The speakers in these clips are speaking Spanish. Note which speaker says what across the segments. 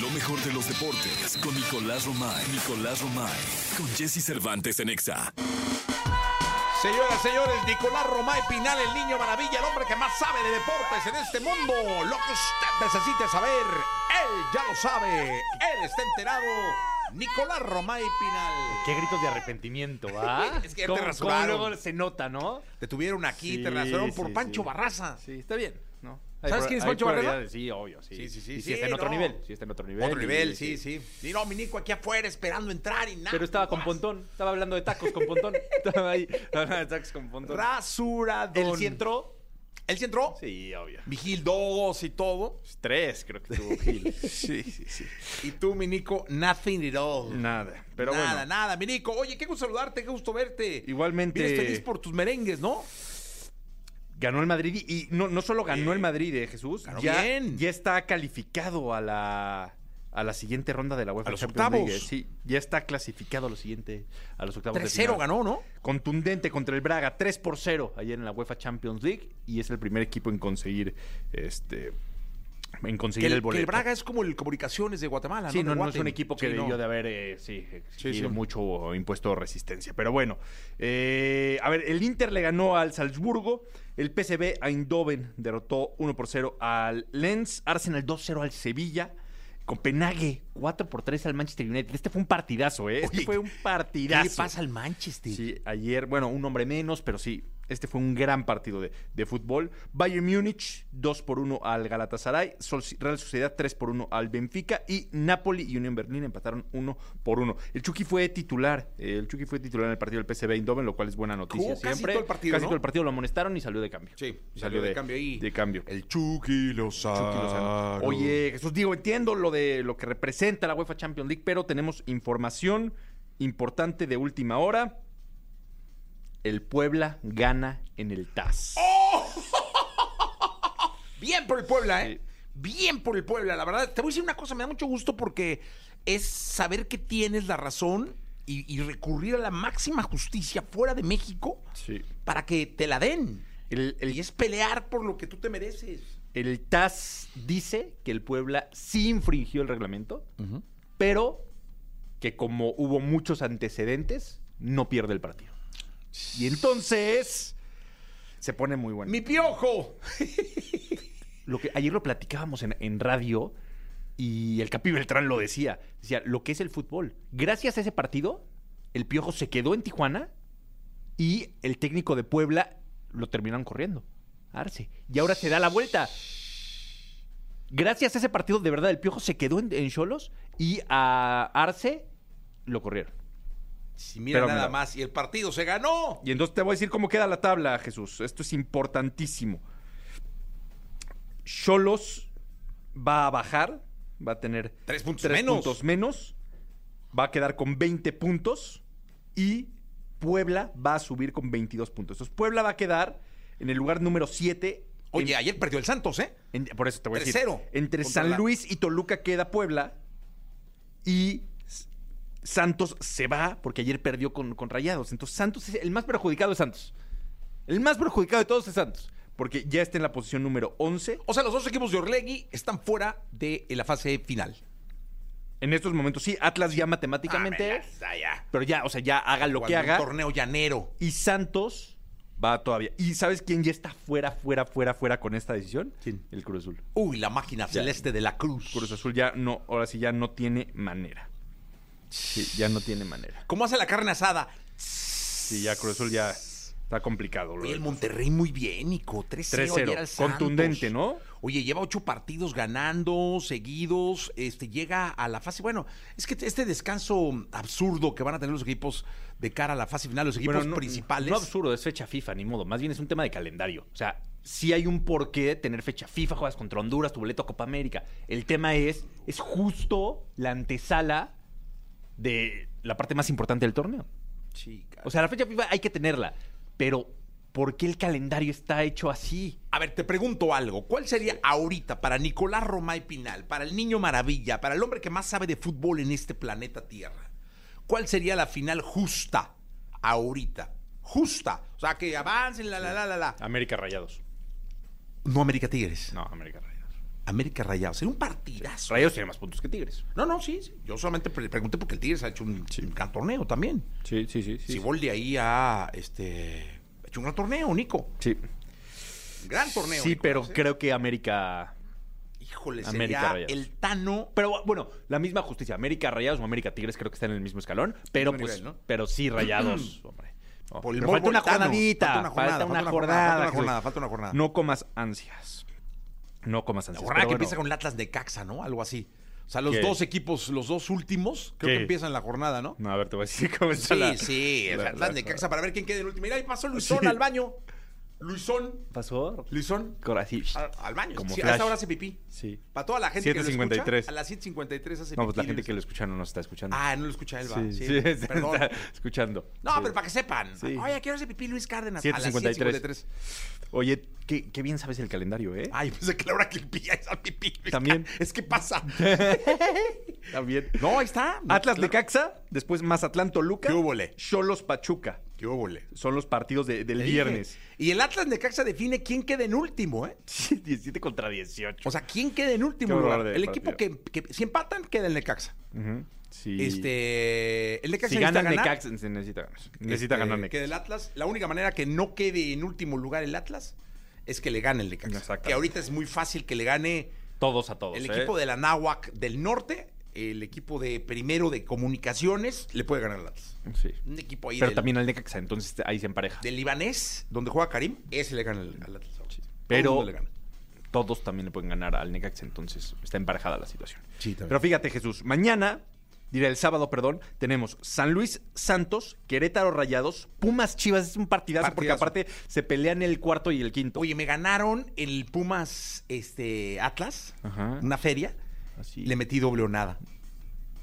Speaker 1: Lo mejor de los deportes con Nicolás Romay. Nicolás Romay. Con Jesse Cervantes en Exa.
Speaker 2: Señoras, señores, Nicolás Romay Pinal, el niño maravilla, el hombre que más sabe de deportes en este mundo. Lo que usted necesite saber, él ya lo sabe. Él está enterado. Nicolás Romay Pinal.
Speaker 3: Qué gritos de arrepentimiento, ¿va?
Speaker 2: Es que ya te
Speaker 3: Cómo- cómo
Speaker 2: rasuraron.
Speaker 3: luego se nota, ¿no?
Speaker 2: Te tuvieron aquí,
Speaker 3: Sí,
Speaker 2: te rasuraron
Speaker 3: sí,
Speaker 2: por
Speaker 3: sí.
Speaker 2: Pancho Barraza.
Speaker 4: Sí, está bien, ¿no?
Speaker 2: ¿Sabes
Speaker 4: pro-
Speaker 2: quién es Pancho Barrera?
Speaker 4: prioridades, Sí, obvio, sí.
Speaker 2: Sí, sí, sí,
Speaker 4: Y si
Speaker 2: sí,
Speaker 4: está en otro
Speaker 2: no.
Speaker 4: nivel, si está en otro nivel.
Speaker 2: Otro
Speaker 4: y-
Speaker 2: nivel,
Speaker 4: y-
Speaker 2: sí, sí. Y no, mi Nico aquí afuera esperando entrar y nada.
Speaker 4: Pero estaba con
Speaker 2: más.
Speaker 4: Pontón, estaba hablando de tacos con Pontón. estaba ahí, hablando de tacos con Pontón.
Speaker 2: Rasuradón.
Speaker 4: ¿El sí entró?
Speaker 2: ¿Él sí entró?
Speaker 4: Sí, obvio.
Speaker 2: Vigil dos y todo.
Speaker 4: Tres, creo que tuvo Gil.
Speaker 2: Sí, sí, sí. Y tú, mi Nico, nothing at all.
Speaker 4: Nada, pero
Speaker 2: nada,
Speaker 4: bueno.
Speaker 2: nada, mi Nico. Oye, qué gusto saludarte, qué gusto verte.
Speaker 4: Igualmente.
Speaker 2: Vienes feliz por tus merengues, ¿no?
Speaker 4: Ganó el Madrid y- y no, no solo ganó el Madrid, eh, Jesús.
Speaker 2: ganó
Speaker 4: ya,
Speaker 2: bien.
Speaker 4: ya está calificado a la, a la siguiente ronda de la UEFA
Speaker 2: A los
Speaker 4: Champions
Speaker 2: octavos.
Speaker 4: League, eh, Sí, ya está clasificado a lo siguiente, a los octavos de
Speaker 2: 3-0
Speaker 4: final.
Speaker 2: ganó, ¿no?
Speaker 4: contundente contra el Braga, 3 por 0 ayer en la UEFA Champions League y es el primer equipo en conseguir este en
Speaker 2: Que
Speaker 4: conseguir
Speaker 2: el,
Speaker 4: el
Speaker 2: que
Speaker 4: boleto.
Speaker 2: el Braga es como el Comunicaciones de Guatemala.
Speaker 4: Sí,
Speaker 2: ¿no?
Speaker 4: no,
Speaker 2: De
Speaker 4: no es
Speaker 2: Guatem.
Speaker 4: un equipo que
Speaker 2: Sí, no.
Speaker 4: debió de haber eh, sí, exigido
Speaker 2: sí.
Speaker 4: mucho impuesto de resistencia. Pero bueno, eh, a ver, el Inter le ganó al Salzburgo, el PSV a Eindhoven derrotó 1 por 0 al Lens, Arsenal 2-0 al Sevilla, Copenhague 4 por 3 al Manchester United. Este fue un partidazo, ¿eh? Este
Speaker 2: Oye,
Speaker 4: fue un
Speaker 2: ¿Qué
Speaker 4: partidazo.
Speaker 2: le pasa al Manchester?
Speaker 4: eh. Sí, ayer, bueno, un hombre menos, pero sí, este fue un gran partido de, de fútbol. Bayern Múnich, 2 por 1 al Galatasaray, Sol- Real Sociedad 3 por 1 al Benfica y Napoli y Unión Berlín empataron 1 por 1. El Chucky fue titular, eh, el Chucky fue titular en el partido del PSV Eindhoven, lo cual es buena noticia
Speaker 2: Jugó casi
Speaker 4: siempre.
Speaker 2: todo el partido,
Speaker 4: Casi
Speaker 2: ¿no?
Speaker 4: todo el partido lo amonestaron y salió de cambio.
Speaker 2: Sí, salió de cambio ahí.
Speaker 4: De cambio.
Speaker 2: El Chucky
Speaker 4: Chucky Lozano. Oye, Jesús, digo, entiendo lo de lo que representa la UEFA Champions League, pero tenemos información importante de última hora. El Puebla gana en el TAS.
Speaker 2: Bien por el Puebla, ¿eh?
Speaker 4: Sí.
Speaker 2: Bien por el Puebla, la verdad. Te voy a decir una cosa, me da mucho gusto porque es saber que tienes la razón y, y recurrir a la máxima justicia fuera de México
Speaker 4: Sí.
Speaker 2: para que te la den.
Speaker 4: El, el-
Speaker 2: Y es pelear por lo que tú te mereces.
Speaker 4: el TAS dice que el Puebla sí infringió el reglamento, pero que como hubo muchos antecedentes, no pierde el partido. Y entonces se pone muy bueno.
Speaker 2: ¡Mi piojo!
Speaker 4: lo que ayer lo platicábamos en, en radio y el Capi Beltrán lo decía, decía lo que es el fútbol. Gracias a ese partido, el Piojo se quedó en Tijuana y el técnico de Puebla lo terminaron corriendo. Arce. Y ahora se da la vuelta. Gracias a ese partido, de verdad, el Piojo se quedó en Cholos y a Arce lo corrieron.
Speaker 2: Si mira
Speaker 4: Pero
Speaker 2: nada
Speaker 4: mira.
Speaker 2: más, y el partido se ganó.
Speaker 4: Y entonces te voy a decir cómo queda la tabla, Jesús. Esto es importantísimo. Cholos va a bajar, va a tener
Speaker 2: Tres puntos menos.
Speaker 4: puntos menos, va a quedar con 20 puntos y Puebla va a subir con 22 puntos. Entonces Puebla va a quedar en el lugar número 7.
Speaker 2: Oye, ayer perdió el Santos, ¿eh?
Speaker 4: En- por eso te voy a decir.
Speaker 2: 3-0
Speaker 4: Entre
Speaker 2: contra
Speaker 4: San
Speaker 2: la-
Speaker 4: Luis y Toluca queda Puebla. Y S- Santos se va porque ayer perdió con, con Rayados. Entonces, Santos es el más perjudicado de Santos. El más perjudicado de todos es Santos. Porque ya está en la posición número 11.
Speaker 2: O sea, los dos equipos de Orlegui están fuera de la fase final.
Speaker 4: En estos momentos, sí, Atlas ya matemáticamente. pero ya, o sea, ya haga lo que
Speaker 2: Ah, Cuando
Speaker 4: haga.
Speaker 2: Un torneo llanero.
Speaker 4: Y Santos va todavía. ¿Y sabes quién ya está fuera, fuera, fuera, fuera con esta decisión?
Speaker 2: ¿Quién?
Speaker 4: El Cruz Azul.
Speaker 2: Uy, la máquina celeste de la cruz.
Speaker 4: Cruz Azul ya no, ahora sí ya no tiene manera. Sí, ya no tiene manera.
Speaker 2: ¿Cómo hace la carne asada?
Speaker 4: Sí, ya Cruz Azul ya está complicado. lo
Speaker 2: Oye, el
Speaker 4: del-
Speaker 2: Monterrey muy bien, Nico. 3-0 ayer al
Speaker 4: 3-0.
Speaker 2: Santos.
Speaker 4: Contundente, ¿no?
Speaker 2: Oye, lleva ocho partidos ganando, seguidos, este, llega a la fase. Bueno, es que este descanso absurdo que van a tener los equipos de cara a la fase final, los equipos
Speaker 4: Bueno, no-
Speaker 2: principales.
Speaker 4: No absurdo, es fecha FIFA, ni modo. Más bien es un tema de calendario. O sea, sí hay un porqué de tener fecha FIFA, juegas contra Honduras, tu boleto a Copa América. El tema es, es justo la antesala de la parte más importante del torneo.
Speaker 2: Chica.
Speaker 4: O sea, la fecha FIFA hay que tenerla, pero ¿por qué el calendario está hecho así?
Speaker 2: a ver, te pregunto algo. ¿Cuál sería ahorita para Nicolás Romay Pinal, para el niño maravilla, para el hombre que más sabe de fútbol en este planeta Tierra? ¿Cuál sería la final justa ahorita? Justa. O sea, que avancen, la, la, la, la, la.
Speaker 4: América Rayados.
Speaker 2: No América Tigres.
Speaker 4: No, América Rayados.
Speaker 2: América Rayados. Sería un partidazo.
Speaker 4: Rayados tiene más puntos que Tigres.
Speaker 2: No, no, sí, sí. Yo solamente pre- pregunté porque el Tigres ha hecho un, un gran torneo también.
Speaker 4: Sí, sí, sí.
Speaker 2: si Boldi ahí ha este, hecho un gran torneo, Nico.
Speaker 4: Sí,
Speaker 2: Un gran torneo.
Speaker 4: sí
Speaker 2: Nico.
Speaker 4: pero creo que América...
Speaker 2: Híjole,
Speaker 4: América
Speaker 2: sería
Speaker 4: Rayados.
Speaker 2: el Tano.
Speaker 4: Pero bueno, la misma justicia. América Rayados o América Tigres creo que están en el mismo escalón. Pero
Speaker 2: Mismo
Speaker 4: pues,
Speaker 2: nivel, ¿no?
Speaker 4: pero sí Rayados, hombre. No,
Speaker 2: Por el
Speaker 4: pero
Speaker 2: morbo
Speaker 4: falta una
Speaker 2: del Tano.
Speaker 4: jornadita,
Speaker 2: Falta una jornada,
Speaker 4: falta una
Speaker 2: falta una jornada, falta una
Speaker 4: jornada. Jesús.
Speaker 2: jornada, falta una jornada.
Speaker 4: No comas ansias. No comas
Speaker 2: La
Speaker 4: ansias.
Speaker 2: jornada que
Speaker 4: pero bueno.
Speaker 2: empieza con el Atlas de Caxa, ¿no? Algo así. O sea, los
Speaker 4: ¿Qué?
Speaker 2: dos equipos, los dos últimos, creo
Speaker 4: ¿Qué?
Speaker 2: que empiezan la jornada, ¿no?
Speaker 4: No, a ver, te voy a decir cómo está
Speaker 2: Sí,
Speaker 4: la-
Speaker 2: sí, el
Speaker 4: la-
Speaker 2: Atlas
Speaker 4: la-
Speaker 2: de Caxa para ver quién queda en el último. Mira, ahí pasó Luisón
Speaker 4: Sí.
Speaker 2: al baño. Luisón,
Speaker 3: ¿Pasó?
Speaker 2: Luisón,
Speaker 4: Cor- así.
Speaker 2: al, al baño.
Speaker 4: Como
Speaker 2: Sí,
Speaker 4: flash.
Speaker 2: hasta ahora hace pipí.
Speaker 4: Sí.
Speaker 2: Para toda la gente que lo
Speaker 4: 7:53.
Speaker 2: escucha, a las 7.53 hace
Speaker 4: No, pues
Speaker 2: pipí.
Speaker 4: la gente que lo escucha no nos está escuchando.
Speaker 2: Ah, no lo escucha él, va.
Speaker 4: sí,
Speaker 2: Sí,
Speaker 4: sí, está-
Speaker 2: perdón.
Speaker 4: está escuchando.
Speaker 2: No,
Speaker 4: Sí.
Speaker 2: pero para que sepan.
Speaker 4: Sí.
Speaker 2: Oye, ¿a qué hora hace pipí Luis Cárdenas? A
Speaker 4: 7:53.
Speaker 2: las 7.53.
Speaker 4: Oye, qué, qué bien sabes el calendario, ¿eh?
Speaker 2: Ay, pensé que la hora que pilla Ah, es al pipí. Luis
Speaker 4: También.
Speaker 2: Cárdenas. Es que pasa.
Speaker 4: También.
Speaker 2: No, ahí está.
Speaker 4: Atlas de Caxa, después Mazatlán Toluca.
Speaker 2: ¿Qué húbole?
Speaker 4: Cholos Pachuca.
Speaker 2: Qué óvole.
Speaker 4: Son los partidos de- del viernes.
Speaker 2: Y el Atlas Necaxa define quién queda en último, ¿eh?
Speaker 4: 17 contra 18.
Speaker 2: O sea, quién queda en último
Speaker 4: Qué
Speaker 2: lugar.
Speaker 4: horror de
Speaker 2: El
Speaker 4: partido.
Speaker 2: equipo que, que- si empatan queda el Necaxa.
Speaker 4: Sí.
Speaker 2: Este, el Necaxa
Speaker 4: si
Speaker 2: necesita
Speaker 4: gana
Speaker 2: ganar.
Speaker 4: Necaxa, se necesita ganar. Necesita
Speaker 2: Este,
Speaker 4: ganar
Speaker 2: Queda el
Speaker 4: Necaxa.
Speaker 2: Atlas. La única manera que no quede en último lugar el Atlas es que le gane el Necaxa.
Speaker 4: Exactamente.
Speaker 2: Que ahorita es muy fácil que le gane
Speaker 4: Todos a todos.
Speaker 2: el
Speaker 4: ¿eh?
Speaker 2: equipo de la Náhuac del Norte, el equipo de primero de comunicaciones, le puede ganar el Atlas.
Speaker 4: Sí.
Speaker 2: Un equipo ahí
Speaker 4: Pero
Speaker 2: del,
Speaker 4: también al Necaxa, entonces ahí se empareja.
Speaker 2: del libanés, donde juega Karim, ese le gana al al Atlas. ahorita. Todo el
Speaker 4: Pero-
Speaker 2: mundo le gana.
Speaker 4: Todos también le pueden ganar al Necaxa, entonces está emparejada la situación.
Speaker 2: Sí, también.
Speaker 4: Pero fíjate, Jesús, mañana, diré el sábado, perdón, tenemos San Luis Santos, Querétaro Rayados, Pumas Chivas, es un partidazo, porque
Speaker 2: Partidazo.
Speaker 4: aparte se pelean el cuarto y el quinto.
Speaker 2: Oye, me ganaron el Pumas este, Atlas,
Speaker 4: Ajá.
Speaker 2: una feria,
Speaker 4: Así.
Speaker 2: le metí doble o nada.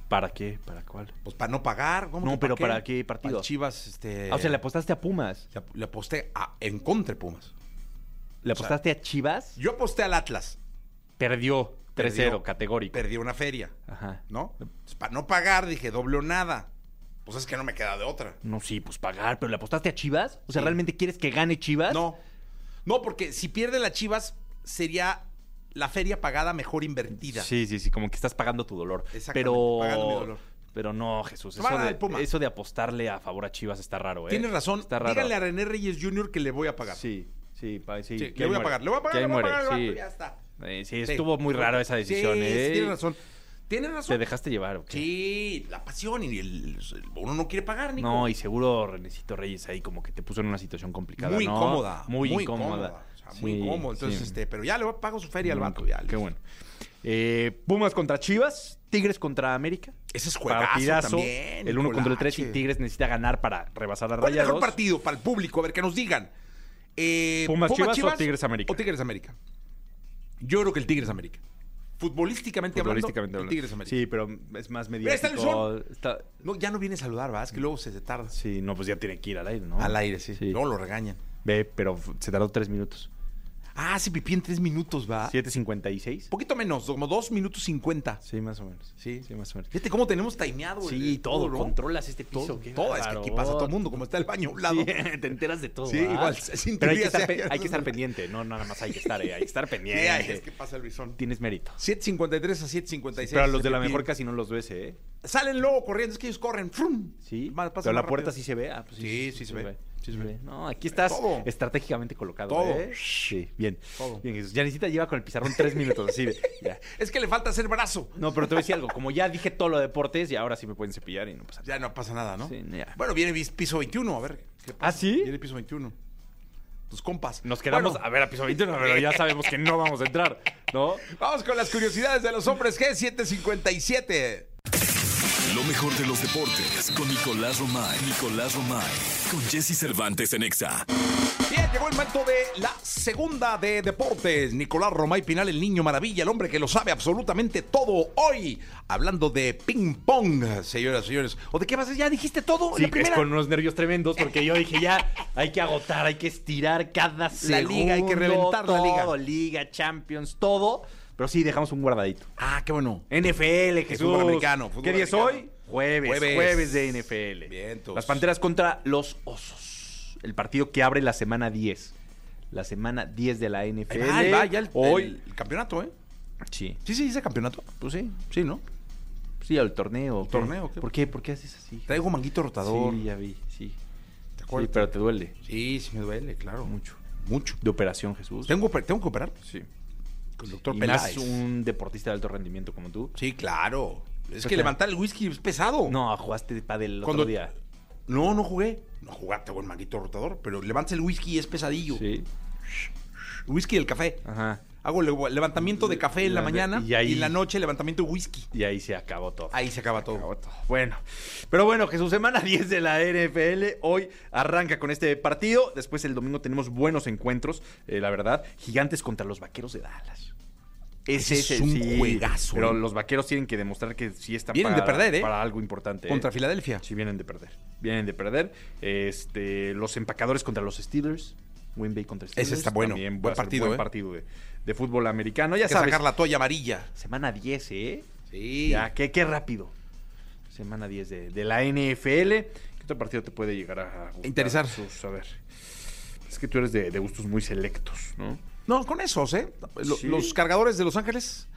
Speaker 4: ¿Para qué? ¿Para cuál?
Speaker 2: Pues para no pagar. ¿cómo
Speaker 4: No,
Speaker 2: que
Speaker 4: pero ¿para qué partido?
Speaker 2: Para Chivas, este...
Speaker 4: Ah, o sea, le apostaste a Pumas.
Speaker 2: le ap- le aposté a- en contra de Pumas.
Speaker 4: ¿Le
Speaker 2: o sea,
Speaker 4: apostaste a Chivas?
Speaker 2: Yo aposté al Atlas,
Speaker 4: Perdió 3-0,
Speaker 2: Perdió.
Speaker 4: categórico.
Speaker 2: perdí una feria,
Speaker 4: Ajá.
Speaker 2: ¿no? Para no pagar dije doble o nada. Pues es que no me queda de otra.
Speaker 4: No, sí, pues pagar, pero ¿le apostaste a Chivas? O sea,
Speaker 2: Sí.
Speaker 4: ¿realmente quieres que gane Chivas?
Speaker 2: No, no, porque si pierde la Chivas sería la feria pagada mejor invertida.
Speaker 4: Sí, sí, sí, como que estás pagando tu dolor.
Speaker 2: Exactamente,
Speaker 4: Pero.
Speaker 2: pagando mi dolor.
Speaker 4: Pero no, Jesús.
Speaker 2: Se van a
Speaker 4: Eso
Speaker 2: dar el Puma.
Speaker 4: de, eso de apostarle a favor a Chivas está raro, ¿eh?
Speaker 2: Tienes razón.
Speaker 4: Está raro.
Speaker 2: Díganle a René Reyes Jr. que le voy a pagar.
Speaker 4: Sí, sí, pa- sí.
Speaker 2: Sí,
Speaker 4: que
Speaker 2: le voy
Speaker 4: ahí
Speaker 2: a
Speaker 4: muere,
Speaker 2: pagar, le voy a
Speaker 4: que
Speaker 2: pagar,
Speaker 4: ahí
Speaker 2: le voy a
Speaker 4: muere,
Speaker 2: pagar. al
Speaker 4: sí.
Speaker 2: vato, Ya está.
Speaker 4: Eh, sí,
Speaker 2: Sí.
Speaker 4: estuvo muy raro esa decisión,
Speaker 2: Sí, sí,
Speaker 4: ¿eh?
Speaker 2: tienes razón. Tienes razón.
Speaker 4: ¿Te dejaste llevar o qué?
Speaker 2: Sí, la pasión y el, el- uno no quiere pagar, Nico.
Speaker 4: No, y seguro Renecito Reyes ahí como que te puso en una situación complicada,
Speaker 2: muy
Speaker 4: ¿no?
Speaker 2: incómoda.
Speaker 4: Muy, incómoda.
Speaker 2: o sea, muy
Speaker 4: Sí,
Speaker 2: incómodo. Entonces,
Speaker 4: sí.
Speaker 2: este, pero ya le pago su feria al
Speaker 4: Mm,
Speaker 2: banco. Ya,
Speaker 4: Qué bueno. Eh, Pumas contra Chivas, Tigres contra América.
Speaker 2: Ese es juegazo
Speaker 4: Partidazo,
Speaker 2: también.
Speaker 4: El uno contra el 3 y
Speaker 2: Nicolache.
Speaker 4: Tigres necesita ganar para rebasar a
Speaker 2: ¿Cuál es el
Speaker 4: Rayados.
Speaker 2: mejor partido para el público? A ver, que nos digan. Eh,
Speaker 4: Pumas, Chivas o Tigres América?
Speaker 2: O Tigres América. Yo creo que el Tigres América. Futbolísticamente,
Speaker 4: Futbolísticamente
Speaker 2: hablando, el
Speaker 4: hablando.
Speaker 2: Tigres América.
Speaker 4: Sí, pero es más
Speaker 2: Mira, está el
Speaker 4: mediático. Está-
Speaker 2: No, ya no viene a saludar, ¿verdad? Es que luego se tarda.
Speaker 4: Sí, no, pues ya tiene que ir al aire, ¿no?
Speaker 2: Al aire, sí.
Speaker 4: Sí.
Speaker 2: No, lo regañan.
Speaker 4: Ve, pero f- se tardó tres minutos.
Speaker 2: Ah, sí, pipí en tres minutos, va. Un
Speaker 4: 7.56.
Speaker 2: poquito menos, como dos minutos cincuenta.
Speaker 4: Sí, más o menos.
Speaker 2: Sí.
Speaker 4: sí, más o menos.
Speaker 2: Fíjate cómo tenemos timeado. el-
Speaker 4: Sí, todo,
Speaker 2: ¿no?
Speaker 3: Controlas este piso.
Speaker 2: Todo,
Speaker 3: qué
Speaker 2: todo, es que aquí pasa todo el
Speaker 3: bárbaro.
Speaker 2: mundo, como está el baño a un lado.
Speaker 3: Sí, te enteras de todo.
Speaker 2: Sí,
Speaker 3: ¿verdad?
Speaker 2: igual, sin
Speaker 4: Pero hay
Speaker 2: teoría
Speaker 4: que, estar,
Speaker 2: se-
Speaker 4: pe- hay que estar pendiente, no nada más hay que estar, eh, hay que estar
Speaker 2: Sí,
Speaker 4: pendiente.
Speaker 2: ay, es que pasa el bisón.
Speaker 4: Tienes mérito.
Speaker 2: 7.53 a 7.56.
Speaker 4: Pero a los de la
Speaker 2: Pipí.
Speaker 4: mejor casi no los ves, ¿eh?
Speaker 2: Salen luego corriendo, es que ellos corren. ¡frum!
Speaker 4: Sí.
Speaker 2: Más- pasan
Speaker 4: pero la
Speaker 2: más
Speaker 4: puerta
Speaker 2: rápido.
Speaker 4: sí se ve. Ah, pues
Speaker 2: Sí, sí se ve.
Speaker 4: Sí se ve. No, aquí estás
Speaker 2: Todo.
Speaker 4: estratégicamente colocado.
Speaker 2: Todo.
Speaker 4: ¿eh? Sí, bien.
Speaker 2: Todo.
Speaker 4: Bien, Jesús. Yanisita lleva con el pizarrón tres minutos así de. ya.
Speaker 2: Es que le falta hacer brazo.
Speaker 4: No, pero te voy a decir algo. Como ya dije todo lo de deportes, y ahora sí me pueden cepillar y no pasa nada.
Speaker 2: Ya no pasa nada, ¿no?
Speaker 4: Sí, ya.
Speaker 2: Bueno, viene bis- piso 21, a ver. ¿qué pasa?
Speaker 4: ¿Ah, sí?
Speaker 2: Viene piso 21. Tus compas.
Speaker 4: Nos quedamos
Speaker 2: Bueno,
Speaker 4: a ver a piso 21, pero ya sabemos que no vamos a entrar, ¿no?
Speaker 2: Vamos con las curiosidades de los hombres G757.
Speaker 1: Lo mejor de los deportes con Nicolás Romay. Nicolás Romay. Con Jesse Cervantes en Exa.
Speaker 2: Bien, llegó el momento de la segunda de deportes. Nicolás Romay Pinal, el niño maravilla, el hombre que lo sabe absolutamente todo hoy. Hablando de ping pong, señoras, señores. ¿O de qué vas a ¿Ya dijiste todo? en
Speaker 4: Sí,
Speaker 2: la primera.
Speaker 4: es con unos nervios tremendos porque yo dije ya hay que agotar, hay que estirar cada
Speaker 2: La
Speaker 4: segundo.
Speaker 2: liga, hay que reventar la liga.
Speaker 4: Todo, liga, Champions, todo. Pero sí, dejamos un guardadito.
Speaker 2: Ah, qué bueno.
Speaker 4: NFL, Jesús.
Speaker 2: fútbol americano, fútbol
Speaker 4: ¿Qué día es
Speaker 2: americano.
Speaker 4: hoy? Jueves,
Speaker 2: Jueves.
Speaker 4: jueves, de NFL.
Speaker 2: Vientos.
Speaker 4: Las Panteras contra los Osos. El partido que abre la semana 10. La semana 10 de la NFL.
Speaker 2: Ahí va, ahí va, ya el,
Speaker 4: hoy
Speaker 2: el- el campeonato, ¿eh?
Speaker 4: Sí.
Speaker 2: ¿Sí se dice campeonato?
Speaker 4: Pues sí, sí, ¿no? Sí, al torneo. ¿o qué?
Speaker 2: torneo, qué?
Speaker 4: ¿Por qué? ¿Por qué haces así?
Speaker 2: Traigo manguito rotador.
Speaker 4: Sí, ya vi, sí.
Speaker 2: ¿Te
Speaker 4: Sí,
Speaker 2: acuerdas?
Speaker 4: pero te duele.
Speaker 2: Sí, sí me duele, claro.
Speaker 4: Mucho.
Speaker 2: Mucho.
Speaker 4: De operación, Jesús.
Speaker 2: ¿Tengo, per- tengo que operar?
Speaker 4: Sí.
Speaker 2: Con el doctor
Speaker 4: y más
Speaker 2: Peláez.
Speaker 4: un pues deportista de alto rendimiento como tú.
Speaker 2: Sí, claro. Es que
Speaker 4: Ok.
Speaker 2: levantar el whisky es pesado.
Speaker 4: No, jugaste de pádel el
Speaker 2: Cuando-
Speaker 4: otro día.
Speaker 2: No, no jugué. No jugaste con manguito rotador, pero levantas el whisky y es pesadillo.
Speaker 4: Sí.
Speaker 2: Whisky del café.
Speaker 4: Ajá.
Speaker 2: Hago le- levantamiento de café en la
Speaker 4: Y
Speaker 2: mañana y,
Speaker 4: ahí-
Speaker 2: en la noche levantamiento de whisky.
Speaker 4: Y ahí se acabó todo.
Speaker 2: Ahí se acaba todo.
Speaker 4: Acabó todo. Bueno, pero bueno, Jesús, semana 10 de la NFL. Hoy arranca con este partido. Después el domingo tenemos buenos encuentros, eh, la verdad. Gigantes contra los vaqueros de Dallas.
Speaker 2: Ese es un juegazo,
Speaker 4: Pero
Speaker 2: eh.
Speaker 4: los vaqueros tienen que demostrar que sí están
Speaker 2: Vienen de
Speaker 4: para,
Speaker 2: perder, ¿eh?
Speaker 4: para algo importante. ¿eh?
Speaker 2: Contra Filadelfia.
Speaker 4: Sí, vienen de perder. Vienen de perder. Este, los empacadores contra los Steelers. Win Bay contra Steelers.
Speaker 2: está bueno.
Speaker 4: También
Speaker 2: Buen
Speaker 4: va a ser
Speaker 2: partido, ¿eh?
Speaker 4: Buen partido de, de fútbol americano. Ya
Speaker 2: Hay que
Speaker 4: sabes.
Speaker 2: sacar la toalla amarilla.
Speaker 4: Semana 10, ¿eh?
Speaker 2: Sí.
Speaker 4: Ya, qué, qué rápido. Semana 10 de, de la NFL. ¿Qué otro partido te puede llegar a gustar,
Speaker 2: Interesar.
Speaker 4: Jesús? a ver. Es que tú eres de, de gustos muy selectos, ¿no?
Speaker 2: No, con esos, ¿eh? Lo-
Speaker 4: Sí.
Speaker 2: Los cargadores de Los Ángeles.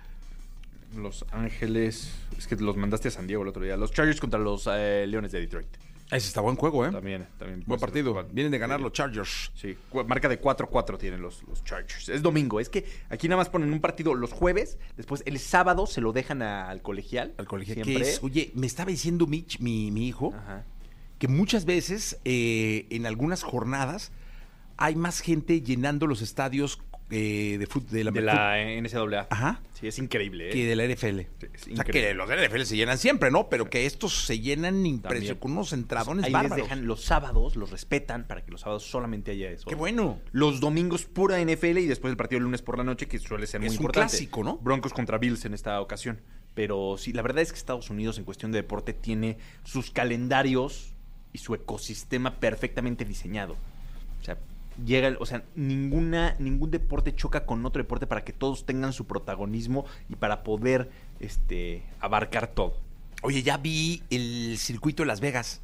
Speaker 4: Los Ángeles. Es que los mandaste a San Diego el otro día. Los Chargers contra los eh, Leones de Detroit.
Speaker 2: Ese está buen juego, ¿eh?
Speaker 4: También, también.
Speaker 2: Buen
Speaker 4: puede ser
Speaker 2: partido.
Speaker 4: cual-
Speaker 2: Vienen de ganar
Speaker 4: sí.
Speaker 2: los Chargers.
Speaker 4: Sí, cu- marca de 4-4 tienen los, los Chargers. Es domingo, es que aquí nada más ponen un partido los jueves, después el sábado se lo dejan a- al colegial.
Speaker 2: Al colegio. ¿Qué
Speaker 4: siempre.
Speaker 2: es? Oye, me estaba diciendo Mitch, mi, mi hijo,
Speaker 4: Ajá.
Speaker 2: que muchas veces eh, en algunas jornadas hay más gente llenando los estadios eh, de, fut- de la,
Speaker 4: De la NCAA.
Speaker 2: Ajá.
Speaker 4: Sí, es increíble. ¿eh?
Speaker 2: que de la NFL.
Speaker 4: es
Speaker 2: o sea, que
Speaker 4: increíble.
Speaker 2: los de la NFL se llenan siempre, ¿no? Pero que estos se llenan impresionantes,
Speaker 4: También.
Speaker 2: con unos entradones
Speaker 4: Ahí
Speaker 2: bárbaros.
Speaker 4: les dejan los sábados, los respetan para que los sábados solamente haya eso.
Speaker 2: ¡Qué bueno!
Speaker 4: Los domingos pura NFL y después el partido el lunes por la noche, que suele ser muy
Speaker 2: Es un
Speaker 4: importante.
Speaker 2: clásico, ¿no?
Speaker 4: Broncos contra Bills en esta ocasión. Pero sí, la verdad es que Estados Unidos en cuestión de deporte tiene sus calendarios y su ecosistema perfectamente diseñado. O sea, llega, el- o sea, ninguna, ningún deporte choca con otro deporte para que todos tengan su protagonismo y para poder este, abarcar todo.
Speaker 2: Oye, ya vi el circuito de Las Vegas.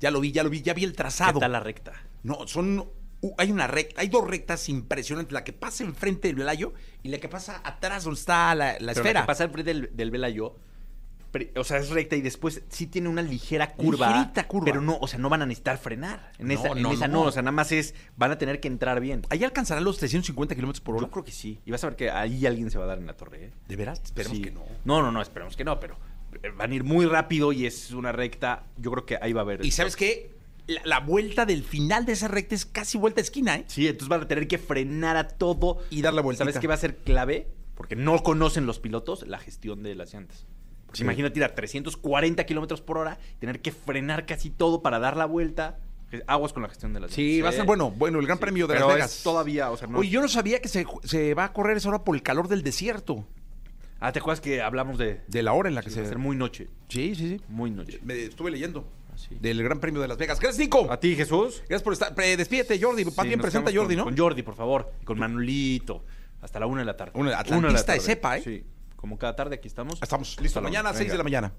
Speaker 2: Ya lo vi, ya lo vi, ya vi el
Speaker 4: ¿Qué
Speaker 2: trazado.
Speaker 4: tal la recta?
Speaker 2: No, son. u- hay una recta, hay dos rectas impresionantes, la que pasa enfrente del Velayo y la que pasa atrás donde está la, la
Speaker 4: Pero
Speaker 2: esfera.
Speaker 4: La que pasa al frente del, del Velayo. pre- O sea, es recta y después sí tiene una ligera curva.
Speaker 2: Ligerita curva.
Speaker 4: Pero no, o sea, no van a necesitar frenar. En
Speaker 2: No,
Speaker 4: esa, en
Speaker 2: no,
Speaker 4: esa
Speaker 2: no.
Speaker 4: no. O sea, nada más es. Van a tener que entrar bien.
Speaker 2: Ahí alcanzarán los 350 kilómetros por hora.
Speaker 4: Yo creo que sí. Y vas a ver que ahí alguien se va a dar en la torre, ¿eh?
Speaker 2: ¿De veras? Esperemos
Speaker 4: Sí.
Speaker 2: que no.
Speaker 4: No, no, no, esperemos que no, pero eh, van a ir muy rápido y es una recta. Yo creo que ahí va a haber.
Speaker 2: Y sabes qué? La, la vuelta del final de esa recta es casi vuelta a esquina, ¿eh?
Speaker 4: Sí, entonces van a tener que frenar a todo.
Speaker 2: Y dar la vueltita.
Speaker 4: ¿Sabes qué va a ser clave? Porque no conocen los pilotos la gestión de las llantas. Pues
Speaker 2: Sí.
Speaker 4: Imagínate ir a 340 kilómetros por hora, tener que frenar casi todo para dar la vuelta. Aguas con la gestión de las llantas.
Speaker 2: va a ser bueno, bueno, el Gran
Speaker 4: Sí,
Speaker 2: Premio de
Speaker 4: pero
Speaker 2: Las
Speaker 4: es
Speaker 2: Vegas.
Speaker 4: todavía, o sea, no-
Speaker 2: Oye, yo no sabía que se, ju- se va a correr esa hora por el calor del desierto,
Speaker 4: Ah, ¿te acuerdas que hablamos de.
Speaker 2: de la hora en la Ah, que
Speaker 4: va a
Speaker 2: se...
Speaker 4: ser muy noche.
Speaker 2: Sí, sí, sí.
Speaker 4: Muy noche.
Speaker 2: Me estuve leyendo
Speaker 4: Así.
Speaker 2: del Gran Premio de Las Vegas. Gracias, Nico.
Speaker 4: ¿A ti, Jesús?
Speaker 2: Gracias por estar. Pre- Despídete, Jordi.
Speaker 4: Sí,
Speaker 2: También
Speaker 4: nos
Speaker 2: presenta a
Speaker 4: quedamos
Speaker 2: Jordi,
Speaker 4: con-
Speaker 2: ¿no?
Speaker 4: Con Jordi, por favor. Y con Manolito. Hasta la una de la tarde.
Speaker 2: Una-
Speaker 4: Una
Speaker 2: atlantista de cepa, ¿eh?
Speaker 4: Sí. Como cada tarde aquí estamos.
Speaker 2: Estamos listos.
Speaker 4: Hasta la
Speaker 2: Mañana,
Speaker 4: una.
Speaker 2: 6 de la
Speaker 4: Venga.
Speaker 2: mañana.